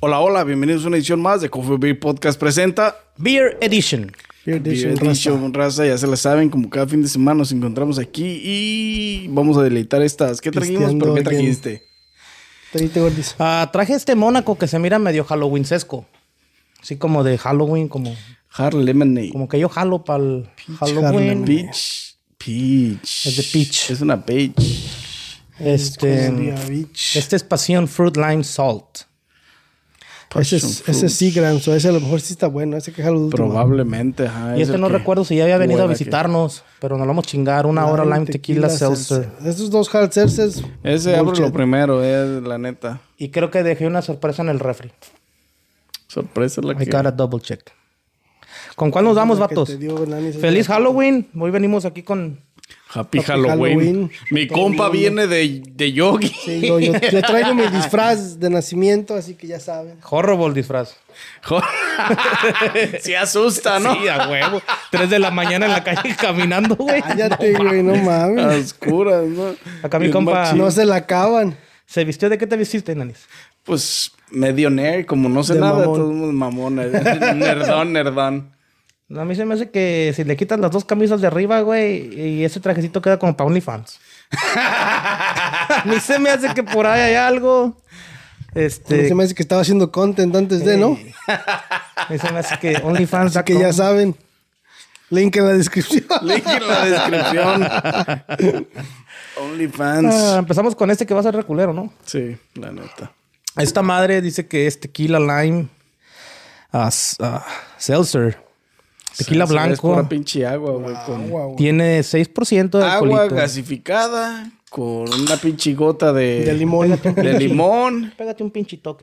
Hola, hola, bienvenidos a una edición más de Coffee Beer Podcast presenta Beer Edition. Beer Edition Raza. Ya se la saben, como cada fin de semana nos encontramos aquí y vamos a deleitar estas. ¿Qué trajimos? Pisteando ¿Pero qué again. trajiste? Traíte gordis. Ah, traje este Mónaco que se mira medio Halloweenesco. Así como de Halloween, como, Hard Lemonade. como que yo jalo para el Halloween. Peach. Peach. Es de peach. Es una peach. Este, Sería bitch. este es Pasión Fruit Lime Salt. Ese, Passion es, fruit. ese sí, Grams, o ese a lo mejor sí está bueno. Ese que es el último. Probablemente, ajá. Y Ah, es este el no que- recuerdo si ya había venido a Huele que- visitarnos, pero nos lo vamos a chingar. Una hora Lime Tequila, Seltzer. Estos dos hard seltzers. Ese abro lo primero, es la neta. Y creo que dejé una sorpresa en el refri. Sorpresa la I que. gotta double check. ¿Con cuál nos vamos, vatos? Feliz Halloween. Hoy venimos aquí con... Happy, Happy Halloween. Halloween. Mi compa viene de, de yogi. Sí, yo, yo- yo traigo mi disfraz de nacimiento, así que ya saben. Horrible disfraz. Se Ah, asusta, ¿no? Sí, a huevo. Tres de la mañana en la calle caminando, güey. Cállate, güey, no A mames. oscuras, ¿no? Acá mi Bien compa- machín. No se la acaban. ¿Se vistió de qué te vististe, Nanis? Pues medio nerd, como no sé De nada, mamón. todo el mundo mamón. nerd- Nerdón, nerdón. A mí se me hace que si le quitas las dos camisas de arriba, güey, y ese trajecito queda como para OnlyFans. a mí se me hace que por ahí hay algo. Este. Se me hace que estaba haciendo content antes de, ¿no? A mí se me hace que OnlyFans. Así que ya saben. Link en la descripción. Link en la descripción. OnlyFans. Ah, empezamos con este que va a ser reculero, ¿no? Sí, la neta. Esta madre dice que es tequila lime, ah, s- ah, seltzer, tequila Se- se ve Es blanco. pura pinche agua, güey. Con agua, Tiene 6% de alcoholito. gasificada con una pinche gota de, De limón. de limón. Pégate un pinche toque.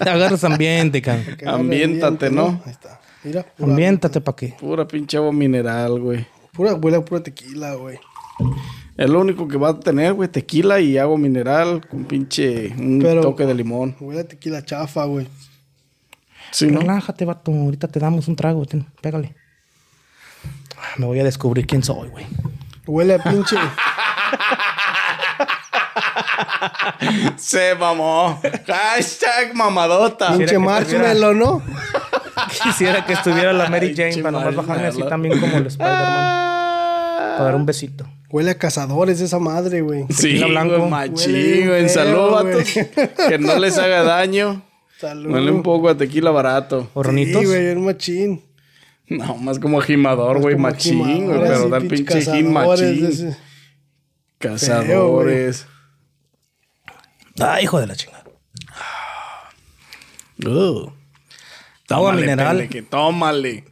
Agarras ambiente, cabrón. Ambiéntate, ¿no? Ahí está. Mira, pura, Ambiéntate pa' qué. Pura pinche agua mineral, güey. pura, huele a pura tequila, güey. Es lo único que va a tener, güey. Tequila y agua mineral con pinche un Pero- toque de limón. Huele a tequila chafa, güey. Sí, ¿no? Relájate, vato. Ahorita te damos un trago. ten, pégale. Ah, Me voy a descubrir quién soy, güey. Huele a pinche. Se mamó. Hashtag mamadota. pinche marshmallow, ¿no? Quisiera que estuviera la Mary Jane Ay, para nomás chimarrón. bajarme así también como el Spider-Man. Para dar un besito. Huele a cazadores esa madre, güey. Sí, Tequila blanco. güey, Huele machín, bien güey. Salud, feo, vatos. Que no les haga daño. Salud. Huele un poco a tequila barato. Hornitos. Sí, güey, un machín. No, más como jimador, güey, Como machín, güey. jimadores, Pero sí, da pinche jim cazadores, machín. ese. Cazadores. Ay, hijo de la chingada. Ugh. Agua Tómale, mineral. pele, que tómale.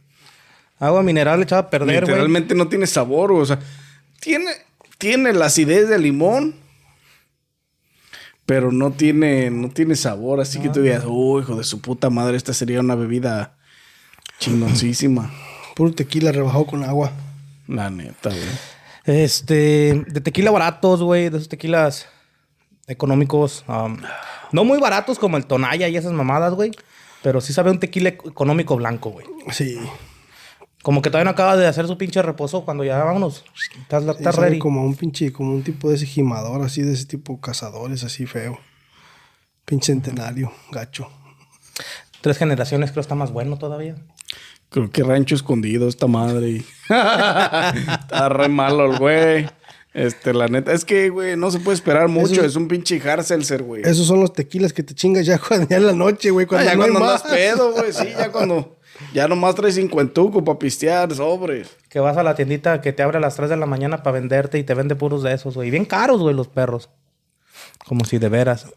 Agua mineral echada a perder, güey. Literalmente no tiene sabor, güey, o sea, tiene, tiene la acidez de limón, pero no tiene, no tiene sabor, así que tú digas, oh, hijo de su puta madre, esta sería una bebida chingoncísima. Puro tequila rebajado con agua. La neta, güey. Este, de tequila baratos, güey, de esos tequilas económicos. um, no muy baratos como el Tonaya y esas mamadas, güey. Pero sí sabe un tequila ec- económico blanco, güey. Sí. Como que todavía no acaba de hacer su pinche reposo cuando ya vámonos. Estás, Sí, estás sabe ready. Como un pinche, como un tipo de ese jimador, así de ese tipo cazadores, así feo. Pinche centenario, gacho. Tres generaciones creo está más bueno todavía. Creo que rancho escondido esta madre. Está re malo el güey. Este, la neta. Es que, güey, no se puede esperar mucho. Eso- es un pinche Harcelser, güey. Esos son los tequilas que te chingas ya, cuando- ya en la noche, güey. Ah, Cuando ya no hay cuando más. andas pedo, güey. Sí, ya cuando. Ya nomás traes cincuentuco para pistear, sobre. Que vas a la tiendita que te abre a las 3 de la mañana para venderte y te vende puros de esos, güey. Bien caros, güey, los perros. Como si de veras.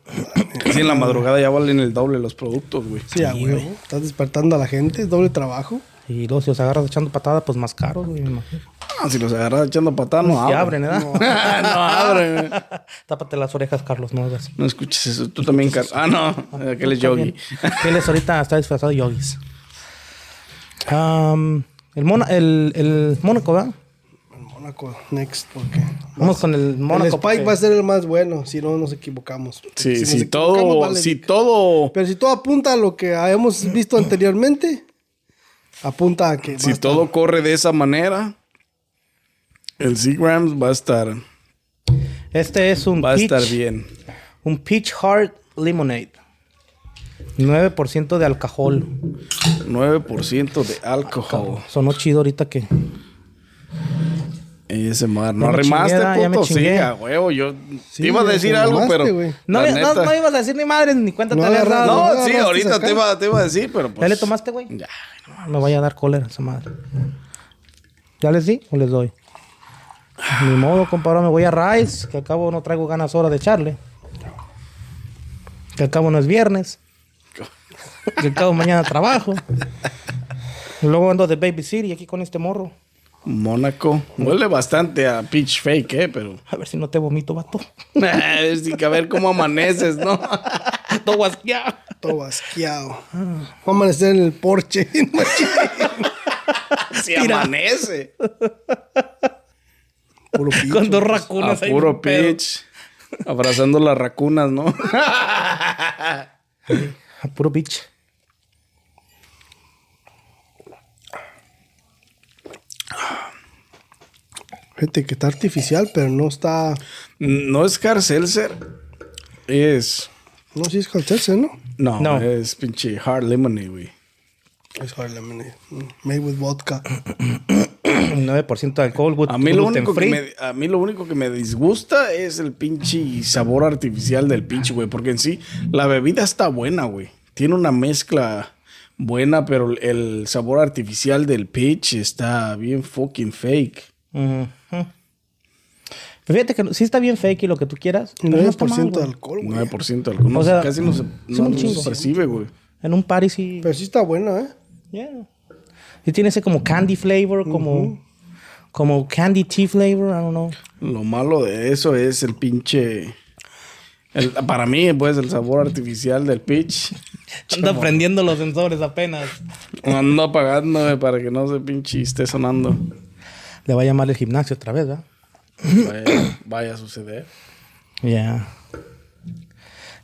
Sí, en la madrugada ya valen el doble los productos, güey. Sí, ya, güey. Estás despertando a la gente, es doble trabajo. Y luego si los agarras echando patadas, pues más caros, güey. me imagino. Ah, si los agarras echando patada, no Y abren. abren, ¿verdad? No abren, güey. Tápate las orejas, Carlos, no hagas. No escuches eso. Tú también, Carlos. Ah, no. Aquel es Yogi. Él es ahorita está disfrazado de yogis. Am, el, Mona- el, el Mónaco, ¿verdad? En Mónaco, next, porque. Vamos con el Mónaco. Ah, el Spike porque- va a ser el más bueno, si no nos equivocamos. Porque Sí, nos si equivocamos, todo. vale. Si todo. Pero si todo apunta a lo que habíamos visto anteriormente, apunta a que. va a Si todo corre de esa manera, el Seagrams va a estar. Este es un Va a estar peach- bien. Un Peach Hard Lemonade. 9% de alcohol. 9% de Ah, alcohol. Sonó chido ahorita que. Ese mar. No me arrimaste, chingué, ya me puto. Sí, chingué. a huevo. Yo Sí, te iba a te decir algo, mamaste, pero. güey. la No, había- no, neta- no ibas a decir ni madre, ni cuenta No te habías agarrado, dado. No, No, sí, agarraste ahorita acá. te iba, te iba a decir, pero pues. ¿Ya le tomaste, güey? Ya. Me vaya a dar cólera esa madre. ¿Ya les di o les doy? Ni modo, compadre, me voy a Rice, que al cabo no traigo ganas ahora de echarle. Que al cabo no es viernes. Que al cabo mañana trabajo. Y luego ando de Baby City aquí con este morro. Mónaco. Huele bastante a Peach Fake, ¿eh? Pero. A ver si no te vomito, vato. Así que a ver cómo amaneces, ¿no? Todo guasqueado. Todo basqueado. Vamos a amanecer en el porche. Si amanece. Puro picho. Con dos A racunas ahí. puro pedo. Peach. Abrazando las racunas, ¿no? A puro bitch. Fíjate que está artificial, pero no está. No es Carcelser. Es. No, sí es calcese, ¿no? No, No. es pinche hard lemonade, güey. Es hard lemonade. Mm, Made with vodka. 9% de alcohol, A mí, lo gluten único que free. me, a mí lo único que me disgusta es el pinche sabor artificial del pinche, güey. Porque en sí, la bebida está buena, güey. Tiene una mezcla buena, pero el sabor artificial del pitch está bien fucking fake. Ujú. Fíjate que no- sí está bien fake y lo que tú quieras. Y pero no 9% está mal, de güey. alcohol, güey. 9% de alcohol. No O sé, sea, casi no se, es no un se chingo. percibe, güey. En un party sí. Pero sí está buena, ¿eh? yeah. Sí tiene ese como candy flavor, como, como candy tea flavor, I don't know. Lo malo de eso es el pinche. el- para mí, pues, el sabor artificial del pitch. Anda prendiendo los sensores apenas. Ando apagándome para que no se pinche esté sonando. Le va a llamar el gimnasio otra vez, ¿verdad? Vaya, vaya a suceder. Yeah.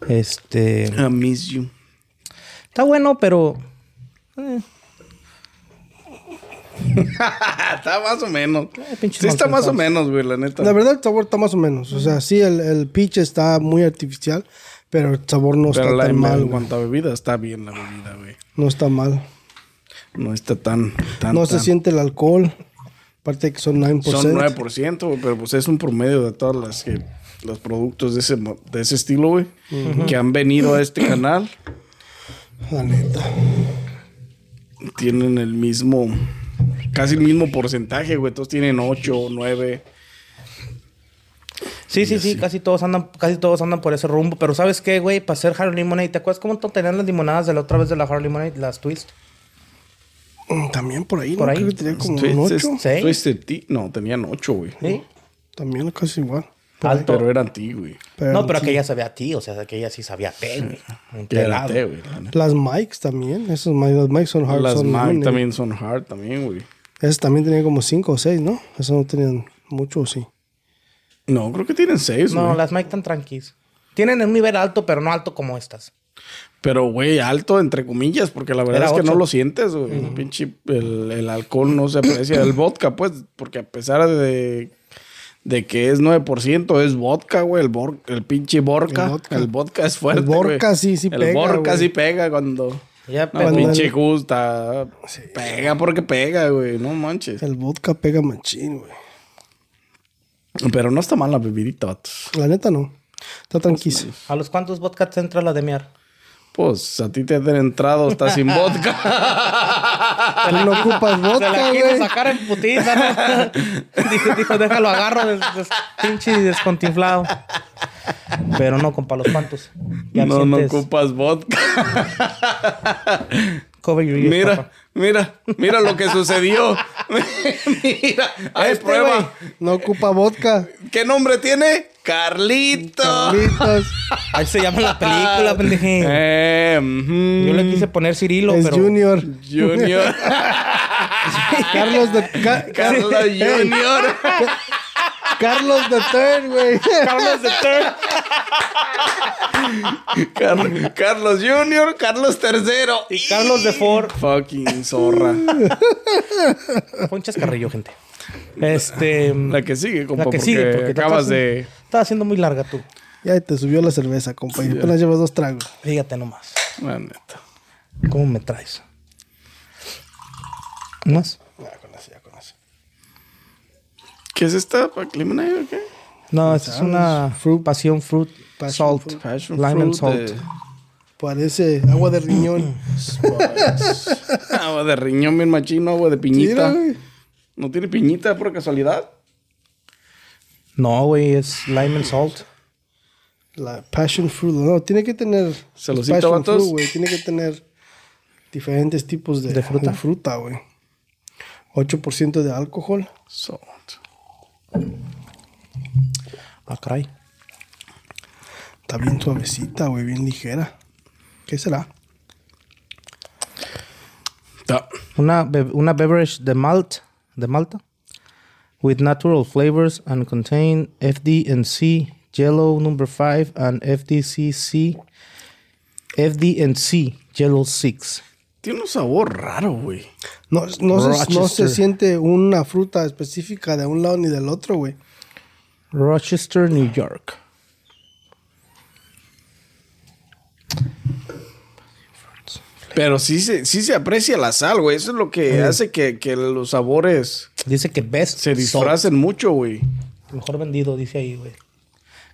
Este. I miss you. Está bueno, pero. está más o menos. Eh, pinches Sí, está más o malpensados. menos, güey, la neta. La verdad, el sabor está más o menos. O sea, sí, el, el pitch está muy artificial, pero el sabor no Pero está la, tan mal, en güey. cuanto a bebida, está bien la bebida, güey. No está mal. No está tan. tan No se tan- siente el alcohol. Aparte que son 9%. Son 9%, güey, pero pues es un promedio de todas las que. Los productos de ese, mo- de ese estilo, güey, que han venido a este canal, La neta. tienen el mismo, casi el mismo porcentaje, güey. Todos tienen 8, 9. Sí, sí, sí, casi todos andan, casi todos andan por ese rumbo. Pero ¿sabes qué, güey? Para hacer Harley Lemonade, ¿te acuerdas cómo tenían las limonadas de la otra vez de la Harley Lemonade? Las Twist. Mm, También por ahí, ¿no? Por ahí. Creo que tenía como un Twisted- 8. ¿Sí? Twisted Tea- este No, tenían 8, güey. ¿Sí? También casi igual. Alto. Pero eran ti, güey. no, pero sí. aquella sabía a ti, o sea, aquella sí sabía a té, güey. Un té Era helado. té, güey. la neta. Las mics también. Esos mics, las mics son hard. Las son Mac lemonade. también son hard también, güey. Esas también tenían como 5 o 6, ¿no? Esas no tenían mucho, ¿o sí. No, creo que tienen seis, No, güey. las Mike tan tranquis. Tienen un nivel alto, pero no alto como estas. Pero, güey, alto, entre comillas, porque la verdad Era es que no ocho. lo sientes, güey. Pinche, el, el alcohol no se aprecia. El vodka, pues, porque a pesar de, de que es 9%, es vodka, güey. El, bor- el pinche vodka. El El vodka. vodka, es fuerte, El vodka güey. sí- sí pega, El vodka güey. sí pega cuando... Ya, No, pero- pinche gusta. Pega porque pega, güey. No manches. El vodka pega machín, güey. Pero no está mal la bebidita, vatos. La neta no. Está tranquilo. ¿A los cuántos vodkas entra la de miar? Pues a ti te han entrado, está sin vodka. Tú no ocupas Se la vodka, quiso güey. sacar en putiza, ¿no? dijo, dijo, déjalo agarro, des, des- pinche descontinflado. Pero no, compa, los cuantos. Ya No, no sientes- ocupas vodka. cover your ears, Mira, compa. mira, mira lo que sucedió. mira, hay Este, prueba. güey, No ocupa vodka. ¿Qué nombre tiene? Carlito. Carlitos. Ahí se llama la película, pendeje. Eh, ujú. Yo le quise poner Cirilo, Es pero... Junior. Junior. Carlos de. Ca- Carlos Junior. Carlos de Third, güey. Carlos de Ter- Car- Carlos Junior, Carlos Tercero. y Carlos de Ford. Fucking zorra. Fue un chascarrillo, gente. Este... La que sigue, compa, la que porque, sigue, porque te acabas estás- de. Estaba siendo muy larga tú. Ya te subió la cerveza, compa. Y apenas llevas dos tragos. Fíjate nomás. La neta. ¿Cómo me traes? ¿Más? Ya con eso, ya con eso. ¿Qué es esta? ¿Pa- ¿Lemonade o qué? No, esta es una fruit, pasión fruit, salt, Passion lime fruit and salt. de- Parece agua de riñón. agua Ah, de riñón, bien machino, agua de Mira, piñita. güey. ¿No tiene piñita por casualidad? No, güey, es lime and salt. La passion fruit. No, tiene que tener. Se los cita, passion vatos. fruit, güey. Tiene que tener diferentes tipos de, ¿De fruta? de fruta, güey. 8% de alcohol. Salt. Ah, caray. Está bien suavecita, güey. Bien ligera. ¿Qué será? Ta- Una, be- una beverage de malt, de Malta, with natural flavors and contain FD&C yellow number 5 and FDCC FD&C yellow 6. Tiene un sabor raro, güey. No, no, se, no se Rochester. siente una fruta específica de un lado ni del otro, güey. Rochester, New York. Pero sí se, sí se aprecia la sal, güey. Eso es lo que hace que, que los sabores Dice que best se salt. disfracen mucho, güey. Mejor vendido, dice ahí, güey.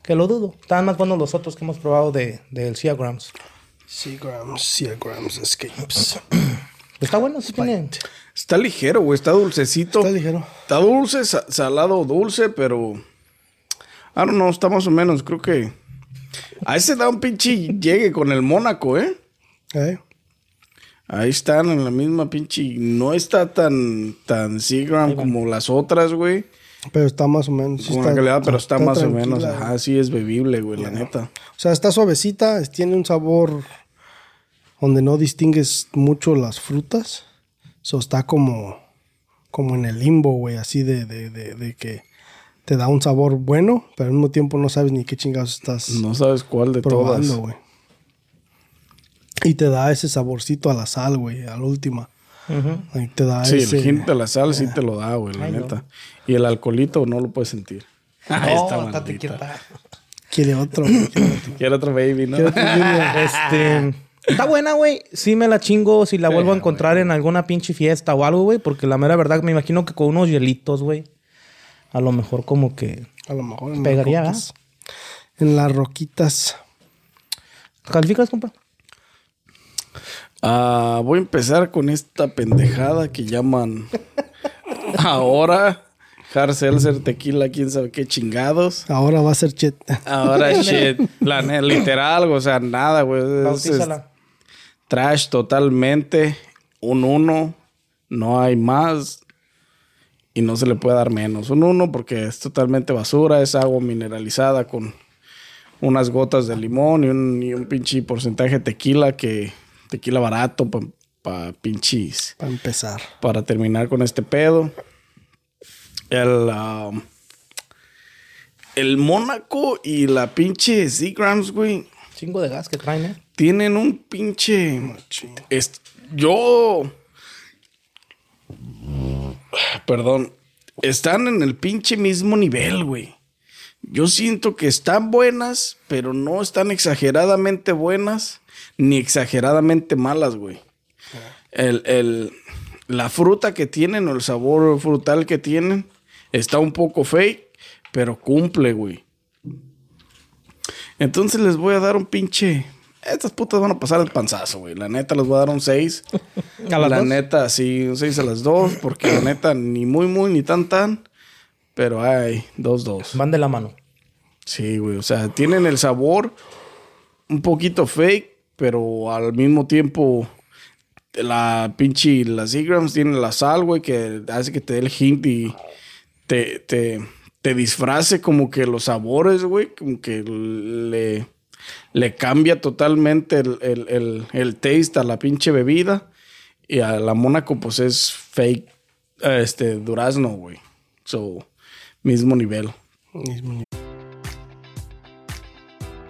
Que lo dudo. Estaban más buenos los otros que hemos probado de, del Seagrams. Seagrams, Seagrams Escapes. Está bueno, sí tiene. Está ligero, güey. Está dulcecito. Está ligero. Está dulce, sa- salado dulce, pero. I don't know, está más o menos. Creo que. A ese da un pinche llegue con el Mónaco, ¿eh? ¿Eh? Ahí están en la misma pinche. No está tan. tan Seagram como las otras, güey. Pero está más o menos. sí Con la calidad, pero está, más o tranquila, menos. güey. Ajá, sí es bebible, güey, la neta. O sea, está suavecita, es- tiene un sabor donde no distingues mucho las frutas. So, está como, como en el limbo, güey, así de, de, de, de que te da un sabor bueno, pero al mismo tiempo no sabes ni qué chingados estás No sabes cuál de probando, todas. güey. Y te da ese saborcito a la sal, güey, a la última. Ahí te da Sí, ese... el gin de la sal sí te lo da, güey, la neta. Y el alcoholito no lo puedes sentir. Ah, esta No, estate maldita. quieta. Quiere otro, güey, quiere otro. Quiero otro baby, ¿no? Este. Está buena, güey. Sí me la chingo si la vuelvo a encontrar en alguna pinche fiesta o algo, güey. Porque la mera verdad, me imagino que con unos hielitos, güey. A lo mejor como que A lo mejor en las pegaría, ¿verdad? rocas. En las roquitas. ¿Calificas, compa? Ah, voy a empezar con esta pendejada que llaman ahora Hard Seltzer, tequila, quién sabe qué chingados. Ahora va a ser chet. Ahora shit, la ne- literal, o sea, nada, güey. Es- es Bautízala. trash totalmente, un uno, no hay más y no se le puede dar menos. Un uno porque es totalmente basura, es agua mineralizada con unas gotas de limón y un, y un pinche porcentaje de tequila que tequila barato para pinches Para empezar. para terminar con este pedo. El, um, el Mónaco y la pinche Seagrams, güey, Chingo de gas que traen, ¿eh? tienen un pinche. est- yo. Perdón. Están en el pinche mismo nivel, güey. Yo siento que están buenas, pero no están exageradamente buenas ni exageradamente malas, güey. El, el- la fruta que tienen o el sabor frutal que tienen está un poco fake, pero cumple, güey. Entonces les voy a dar un pinche. Estas putas van a pasar el panzazo, güey. La neta, les voy a dar un 6. ¿A las la dos? neta, sí, un 6 a las 2. Porque la neta, ni muy, muy, ni tan, tan. Pero hay 2-2. Van de la mano. Sí, güey. O sea, tienen el sabor un poquito fake, pero al mismo tiempo la pinche, las Egrams tienen la sal, güey, que hace que te dé el hint y te, te, te disfrace como que los sabores, güey, como que le, le cambia totalmente el, el, el, el taste a la pinche bebida. Y a la Mónaco, pues es fake, eh, este, durazno, güey. So, mismo nivel.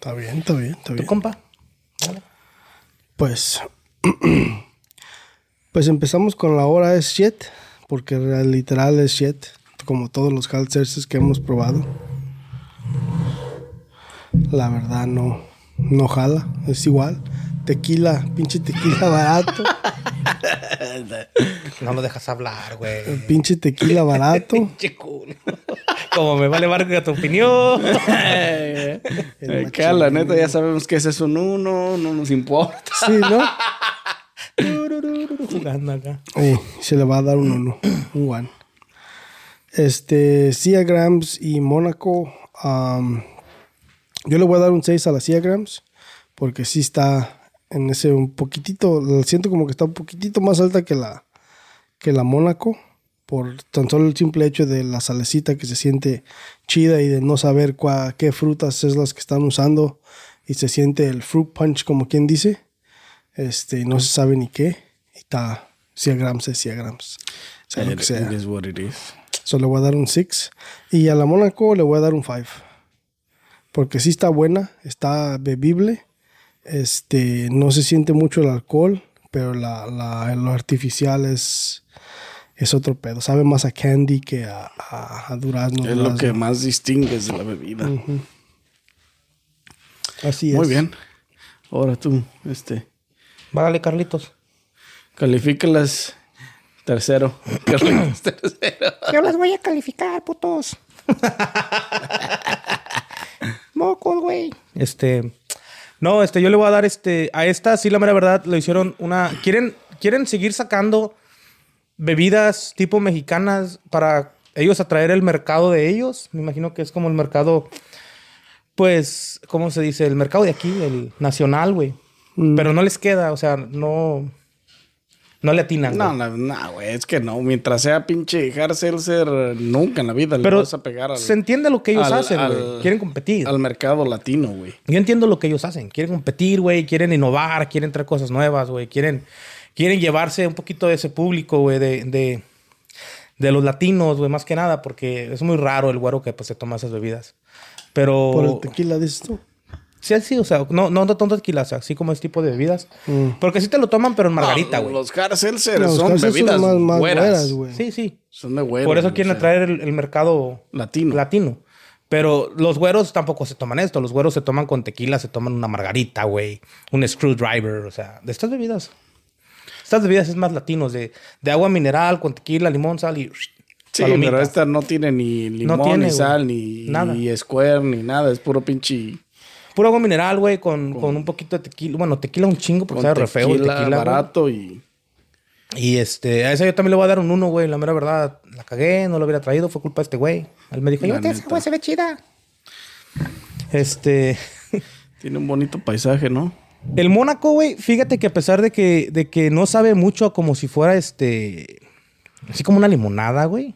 Está bien, está bien, está ¿Tu bien. compa? Pues, pues empezamos con la hora es shit, porque re- literal es shit, como todos los seltzers que hemos probado. La verdad no, no jala, es igual. Tequila, pinche tequila barato, No lo dejas hablar, güey. pinche tequila barato. Pinche culo. Como me vale barca tu opinión. Eh, Acá, la neta, ya sabemos que ese es un uno, no nos importa. Sí, ¿no? Jugando acá. Sí, se le va a dar un uno, un one. Este, Grams y Mónaco. um, yo le voy a dar un 6 a la Grams porque sí está en ese un poquitito, la siento como que está un poquitito más alta que la, que la Mónaco, por tan solo el simple hecho de la salecita que se siente chida y de no saber cua- qué frutas es las que están usando y se siente el fruit punch como quien dice, este, no se sabe ni qué, y está 100 grams es 100 grams, sea lo que sea. It is what it is. So le voy a dar un 6. Y a la Mónaco le voy a dar un 5. Porque sí está buena, está bebible. Este, no se siente mucho el alcohol, pero la, la- lo artificial es, es otro pedo. Sabe más a candy que a, a, a durazno. Es lo durazno. que más distingues de la bebida. Así Muy es. bien. Ahora tú, este, Vágale, Carlitos. califícalas tercero. Califícalas tercero. Yo las voy a calificar, putos. Mocos, güey. Este. No, este, yo le voy a dar este. A esta, sí, la mera verdad, lo hicieron una. Quieren, quieren seguir sacando bebidas tipo mexicanas para ellos atraer el mercado de ellos. Me imagino que es como el mercado. Pues, ¿cómo se dice? El mercado de aquí, el nacional, güey. Mm. Pero no les queda, o sea, no. No le atinan. No, güey. no, no, güey, es que no. Mientras sea pinche hard seltzer, nunca en la vida Pero le vas a pegar al, se entiende lo que ellos al- hacen, al- güey. Quieren competir. al mercado latino, güey. Yo entiendo lo que ellos hacen. Quieren competir, güey. Quieren innovar. Quieren traer cosas nuevas, güey. Quieren, quieren llevarse un poquito de ese público, güey, de, de, de los latinos, güey, más que nada, porque es muy raro el güero que pues, se toma esas bebidas. Pero. Por el tequila, dices tú. Sí, sí, o sea, no, no, no tanto tequila, o sea, así como ese tipo de bebidas. Mm. Porque sí te lo toman, pero en margarita, No, güey. Los hard seltzer No, los son Carlsberg son bebidas las más güeras. buenas, güey. Sí, sí. Son de güeras. Por eso o quieren sea, atraer el, el mercado Latino. latino. Pero los güeros tampoco se toman esto. Los güeros se toman con tequila, se toman una margarita, güey. Un screwdriver, o sea, de estas bebidas. Estas bebidas es más latinos, de, de agua mineral, con tequila, limón, sal y... Sí, palomita. pero este- esta no tiene ni limón, tiene, ni güey. sal, ni, Nada. ni square, ni nada. Es puro pinche Puro agua mineral, güey, con, con un poquito de tequila. Bueno, tequila un chingo porque con sabe Pues re feo el tequila tequila. güey. barato y Y este, a esa yo también le voy a dar un 1, güey. La mera verdad, la cagué, no lo hubiera traído, fue culpa de este güey. Él me dijo, La llévate esa, neta. güey, se ve chida. Este. Tiene un bonito paisaje, ¿no? El Mónaco, güey, fíjate que a pesar de que, de que no sabe mucho a como si fuera este. Así como una limonada, güey.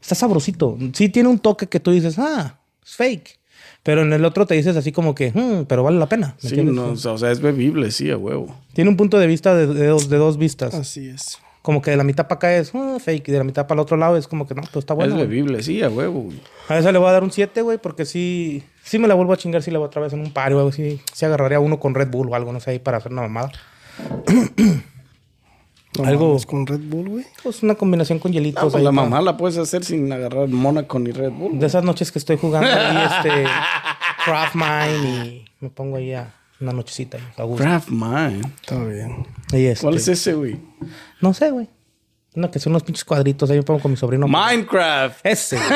Está sabrosito. Sí tiene un toque que tú dices, ah, es fake. Pero en el otro te dices así como que, "Hmm, pero vale la pena. ¿me Sí, entiendes? no, o sea, o sea, es bebible, sí, a huevo. Tiene un punto de vista de, de dos, de dos vistas. Ah, Así es. Como que de la mitad para acá es "Ah, fake y de la mitad para el otro lado es como que no, pero está Ah, bueno. es güey". Ah, bebible, sí, a huevo. güey. A esa le voy a dar un 7, güey, porque sí, sí me la vuelvo a chingar si la voy otra vez en un par, güey. Sí, sí agarraría uno con Red Bull o algo, no sé, ahí para hacer una mamada. No Algo- mames, con Red Bull, güey. Pues una combinación con No, hielitos. pues ahí la para- mamá la puedes hacer sin agarrar Mónaco ni Red Bull. De esas noches que estoy jugando ahí, este. Craft Mine y me pongo ahí a una nochecita ahí, a gusto. Craft Mine. Está bien. Y este, ¿Cuál es ese, güey? No sé, güey. Una que son unos pinches cuadritos. Ahí me pongo con mi sobrino. Minecraft. Ese. güey.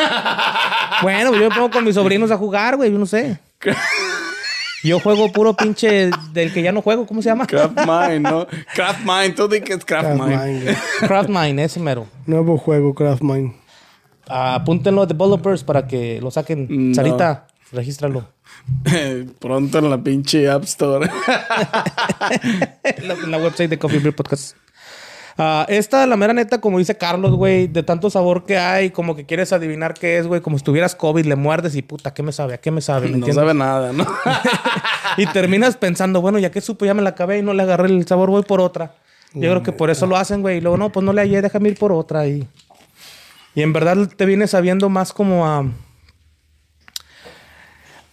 bueno, yo me pongo con mis sobrinos a jugar, güey. Yo no sé. Yo juego puro pinche del que ya no juego. ¿Cómo se llama? Craft Mine, ¿no? Craft Mine, tú di que es Craft, Craft Mine. Mine, güey. Craft Mine, ese mero. Nuevo juego, Craft Mine. apúntenlo a developers para que lo saquen. No. Sarita, regístralo. Pronto en la pinche App Store. en la- en la website de Coffee Beer Podcast. Ah, esta, la mera neta, como dice Carlos, güey, de tanto sabor que hay, como que quieres adivinar qué es, güey, como si tuvieras COVID, le muerdes y puta, ¿qué me sabe? ¿A qué me sabe? no ¿Me entiendes? sabe nada, ¿no? Y terminas pensando, bueno, ya que supo, ya me la acabé y no le agarré el sabor, voy por otra. Yo creo que por eso lo hacen, güey. Y luego, no, pues no le hallé, déjame ir por otra. Y, y en verdad te viene sabiendo más como a.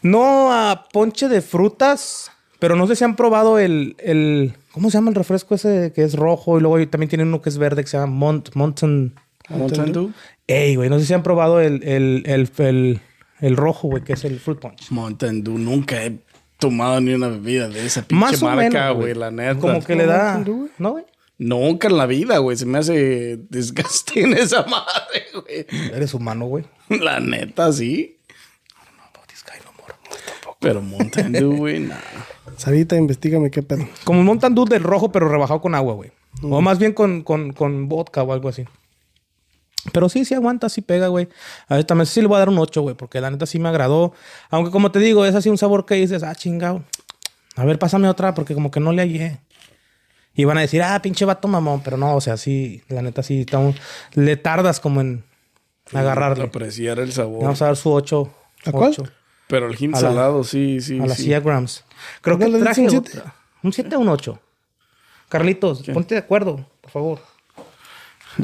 No a ponche de frutas, pero no sé si han probado el. el ¿Cómo se llama el refresco ese que es rojo? Y luego también tienen uno que es verde que se llama Mont, Mountain. ¿Mountain Dew? Ey, güey, no sé si han probado el, el, el, el, el rojo, güey, que es el Fruit Punch. Mountain Dew. Nunca he tomado ni una bebida de esa pinche Más o marca, menos, güey, la neta. Como que le da. ¿No, güey? Nunca en la vida, güey. Se me hace desgaste en esa madre, güey. Eres humano, güey. La neta, sí. Pero Mountain Dew, güey, nada. Sarita, investigame qué pedo. Como un Mountain Dew del rojo, pero rebajado con agua, güey. O más bien con, con, con vodka o algo así. Pero sí, sí aguanta, sí pega, güey. A ver, también sí le voy a dar un 8, güey, porque la neta sí me agradó. Aunque como te digo, es así un sabor que dices, ah, chingado. A ver, pásame otra, porque como que no le hallé. Y van a decir, ah, pinche vato mamón. Pero no, o sea, sí, la neta sí, está un- le tardas como en agarrarlo. Apreciar el sabor. Vamos a dar su 8. ¿A cuál? Pero el gin A la- salado, sí, sí. A las sí. 100 grams. Creo que ¿No le traje dicen otra. un 7 o un 8. Carlitos, ponte de acuerdo, por favor.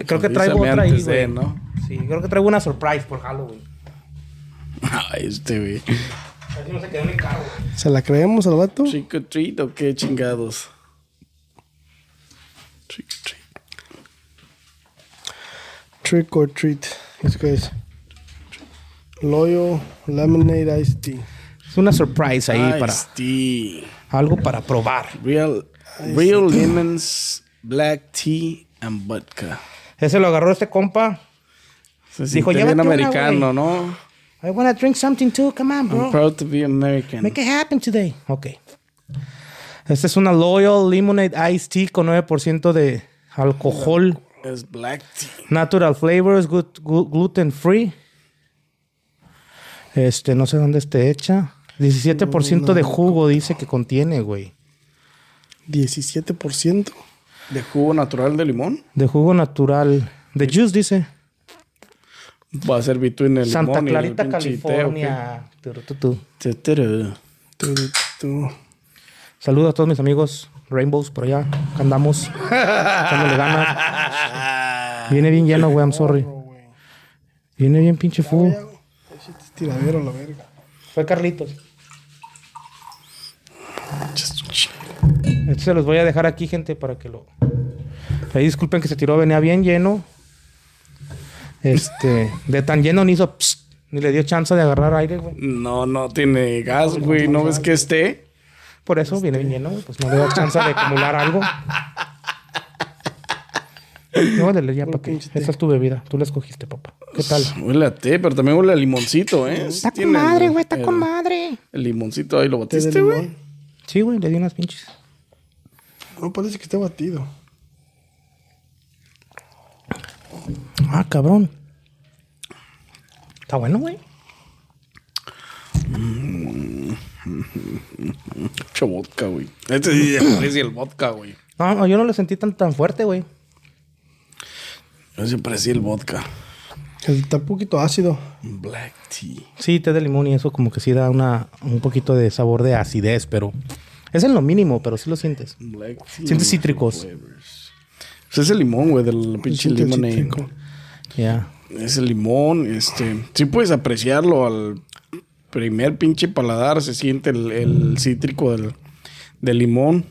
Creo que traigo Avísame otra ahí, antes de, güey. ¿no? Sí, creo que traigo una surprise por Halloween. Ay, este, güey. A ver si no se quedó en el carro. ¿Se la creemos al vato? ¿Trick or treat o qué chingados? Trick or treat. Trick or treat. Es que es. Loyal Lemonade Iced Tea. Es una surprise ahí para Iced tea. algo para probar. Real, real lemons, black tea and vodka. Ese lo agarró este compa. Se Dijo, siente bien "Llévate una, americano, ¿no? I wanna drink something too. Come on, I'm bro. proud to be American. Make it happen today. Ok. Esta es una Loyal Lemonade Iced Tea con 9% de alcohol. Es black tea. Natural flavors, gut- gu- gluten free. Este, no sé dónde esté hecha. 17% de jugo dice que contiene, güey. 17%. De jugo natural de limón. De jugo natural. De juice dice. Va a ser between el Santa limón y el Clarita, pinche té, ¿o qué? California. Turu, tu, tu. Tuturu. Tú, tú. Saludos a todos mis amigos. Rainbows por allá. Acá Andamos. Echándole ganas. Viene bien lleno, güey. I'm sorry. Viene bien pinche full. Ese es tiradero, la verga. Fue Carlitos. Just a shot. Esto se los voy a dejar aquí, gente, para que lo. Ahí disculpen que se tiró, venía bien lleno. Este, de tan lleno ni hizo psst, ni le dio chance de agarrar aire, güey. No, no tiene gas, güey. ¿No ves que esté? Por eso viene bien lleno, güey, pues no le dio chance de acumular algo. No, dale, ya para que. Esa es tu bebida, tú la escogiste, papá. ¿Qué tal? Huele a té, pero también huele a limoncito, ¿eh? Está con madre, güey, está con madre. El limoncito ahí lo Té de batiste, güey. limón. Sí, güey, le di unas pinches. No parece que esté batido. Ah, cabrón. Está bueno, güey. Mucho vodka, güey. Este sí se parece el vodka, güey. No, no, yo no lo sentí tan, tan fuerte, güey. Yo se parecía el vodka. Está un poquito ácido. Black tea. Sí, té de limón y eso como que sí da una, un poquito de sabor de acidez, pero... Es en lo mínimo, pero sí lo sientes. Black tea. Sientes cítricos. Flavors. Pues es el limón, güey, del pinche Siente el lemonade. cítrico. Ya. Es el limón, este. Sí puedes apreciarlo al primer pinche paladar. Se siente el, el cítrico del, del limón.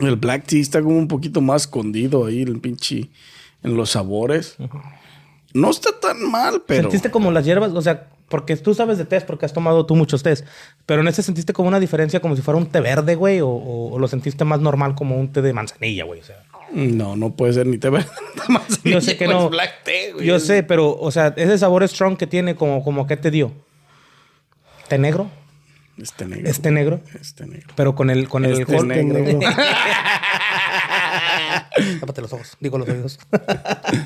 El black tea está como un poquito más escondido ahí, el pinche. En los sabores. No está tan mal, pero. ¿Sentiste como las hierbas? O sea, porque tú sabes de test, porque has tomado tú muchos test. Pero en este sentiste como una diferencia, como si fuera un té verde, güey, o, o- o lo sentiste más normal como un té de manzanilla, güey. O sea, No, no puede ser ni té verde. yo sé que Es no. black tea, güey. Yo sé, pero, o sea, ese sabor strong que tiene, como, como que te dio. ¿Té negro? Este negro. ¿Es té negro? Este negro. Pero con el, con el Este alcohol. negro. Tápate los ojos, digo los oídos.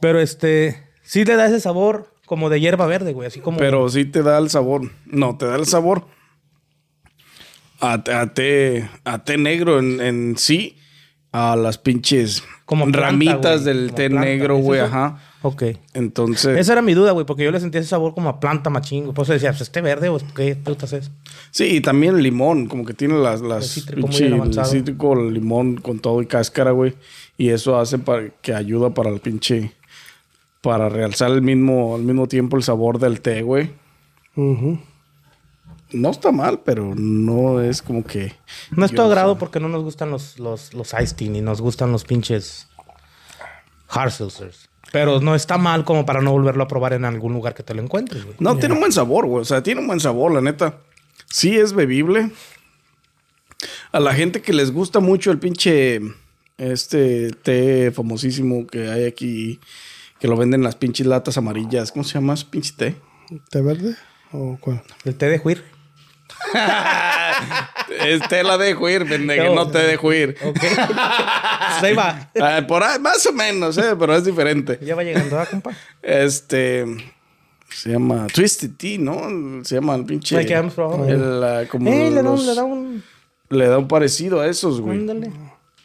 pero este, sí le da ese sabor como de hierba verde, güey, así como. Pero sí te da el sabor. No, te da el sabor a, a té, a té negro en, en sí. A las pinches como planta, ramitas güey, del como té planta. negro, ¿Es güey. eso? Ajá. Ok. Entonces, Esa era mi duda, güey, porque yo le sentía ese sabor como a planta machín. güey. Por eso decía, pues este verde o qué putas es. sí, y también el limón, como que tiene las, las El cítrico muy pinche- bien el avanzado. cítrico, el limón con todo y cáscara, güey. Y eso hace para que ayuda para el pinche, para realzar el mismo, al mismo tiempo el sabor del té, güey. Ujú. No está mal, pero no es como que. No es yo todo sé. agrado porque no nos gustan los, los, los iced tea ni nos gustan los pinches hard seltzers. Pero no está mal como para no volverlo a probar en algún lugar que te lo encuentres, güey. No, tiene un buen sabor, güey. O sea, tiene un buen sabor, la neta. Sí es bebible. A la gente que les gusta mucho el pinche... Este té famosísimo que hay aquí, que lo venden en las pinches latas amarillas. ¿Cómo se llama ese pinche té? ¿Té verde? ¿O cuál? El té de juir. Es té la dejo ir, pendejo. No te dejo ir. Ok. Pues, ahí va. Ah, por ahí, más o menos, ¿eh? pero es diferente. Ya va llegando, ¿ah, compa? Este. Se llama Twisted Tea, ¿no? Se llama el pinche. El que habíamos probado. el, ah, como Eh, le da, un, los- le da un... le da un parecido a esos, güey. Ándale.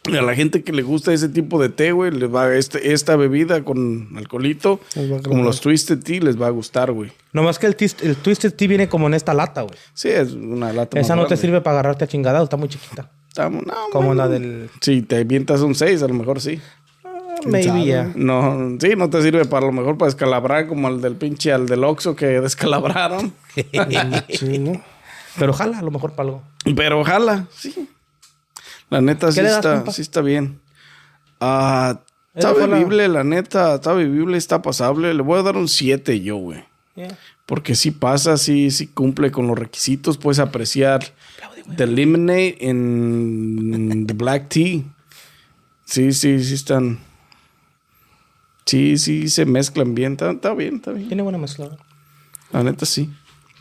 Y A la gente que le gusta ese tipo de té, güey, les va este- esta bebida con alcoholito, Les va a como agradar. los Twisted Tea, les va a gustar, güey. Nomás que el, twist- el Twisted Tea viene como en esta lata, güey. Sí, es una lata. Esa más no te grande. sirve para agarrarte a chingadados, está muy chiquita. Estamos- no, Como man. la del- Sí, te avientas un 6, a lo mejor sí. Ah, Maybe, sabe? ya. No, sí, no te sirve para a lo mejor para descalabrar como el del pinche, al del Oxxo que descalabraron. Sí, ¿no? Pero jala, a lo mejor para algo. Pero ojalá, sí. La neta sí le das, está, compa? sí está bien. Ah, está Esa fue la- vivible, la neta, está vivible, está pasable. Le voy a dar un 7 yo, güey. Yeah. Porque si pasa, si cumple con los requisitos, puedes apreciar The Lemonade en The Black Tea. Sí, sí, sí están. Sí, sí, se mezclan bien. Está, está bien, está bien. Tiene buena mezcla. ¿no? La neta sí.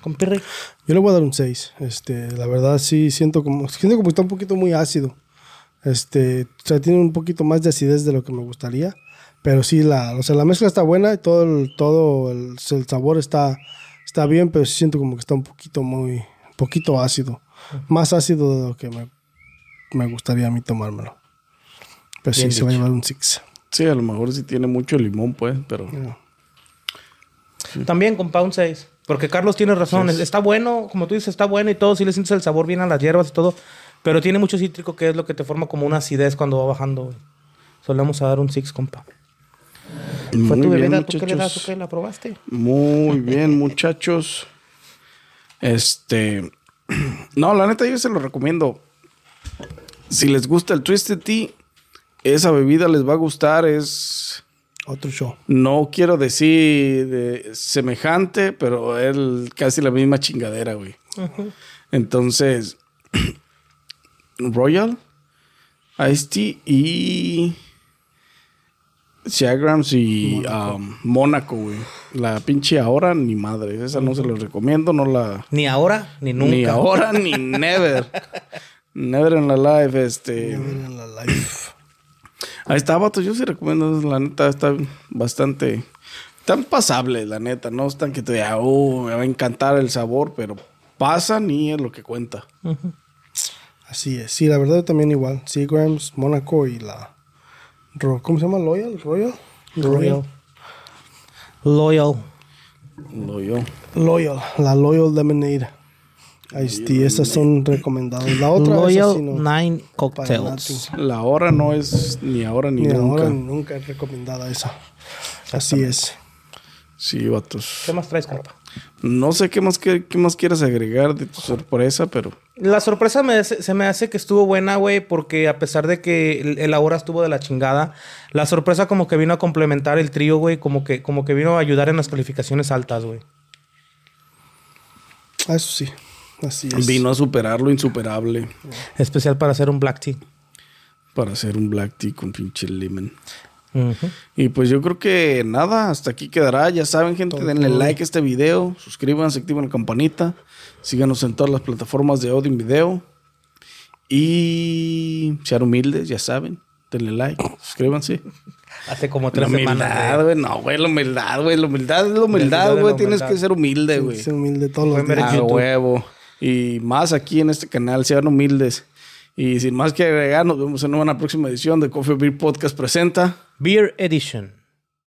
Con pirri. Yo le voy a dar un 6. Este, la verdad sí siento como siento como está un poquito muy ácido. Este, o sea, tiene un poquito más de acidez de lo que me gustaría, pero sí la, o sea, la mezcla está buena y todo el todo el, el sabor está está bien, pero sí siento como que está un poquito muy un poquito ácido, más ácido de lo que me, me gustaría a mí tomármelo. Pero sí Bien se va a dicho. llevar un 6. Sí, a lo mejor sí tiene mucho limón, pues, pero. También con Pound 6. Porque Carlos tiene razón. es- Está bueno, como tú dices, está bueno y todo. Sí le sientes el sabor bien a las hierbas y todo. Pero tiene mucho cítrico que es lo que te forma como una acidez cuando va bajando. güey. Solemos a dar un 6, compa. Fue Muy tu bien, bebida, ¿tú qué le das? ¿Tú muchachos. qué la probaste? Muy bien, muchachos. Este. No, la neta, yo se lo recomiendo. Si les gusta el Twisted Tea, esa bebida les va a gustar. Es. Otro show. No quiero decir eh, semejante, pero es casi la misma chingadera, güey. Entonces. Royal, Ice Tea y. Seagrams y um, Mónaco, güey. La pinche ahora ni madre. Esa no se los recomiendo, no la. Ni ahora, ni nunca. Ni ahora ni never. Never in la life, este. En la life. Ahí está, vato. Yo sí recomiendo, la neta, está bastante. Están pasables, la neta. No están que te diga, oh, me va a encantar el sabor, pero pasan y es lo que cuenta. Así es. Sí, la verdad yo también igual. Seagrams, Mónaco y la... Ro- ¿Cómo se llama? Loyal. Royal. Royal. Loyal. Lo yo. Loyal. La Loyal Lemonade. Ahí sí, esas son recomendadas. La otra esa Loyal sí no. Nine Para Cocktails. nada. La hora no es ni ahora ni, Ni nunca. ahora ni nunca es recomendada esa. Así es. Sí, vatos. ¿Qué más traes, compa? No sé qué más, qué, qué más quieres agregar de tu sorpresa, pero La sorpresa me hace- se me hace que estuvo buena, güey, porque a pesar de que el, el ahora estuvo de la chingada, la sorpresa como que vino a complementar el trío, güey, como que, como que vino a ayudar en las calificaciones altas, güey. Ah, Eso sí. Así es. vino a superar lo insuperable Especial para hacer un black tea. para hacer un black tea con pinche lemon. Ujú. Y pues yo creo que nada, hasta aquí quedará. Ya saben, gente, denle like a este video, suscríbanse, activen la campanita, síganos en todas las plataformas de audio y video. Y sean humildes, ya saben, denle like, suscríbanse. Hace como La tres semanas. humildad, güey. güey, no, güey, la humildad, güey, la humildad es la humildad, es la güey, tienes humildad. que ser humilde, güey. Es humilde todos los Pueden ver días. en A YouTube. huevo. Y más aquí en este canal, sean humildes. Y sin más que agregar, nos vemos en una próxima edición de Coffee Beer Podcast Presenta. Beer Edition.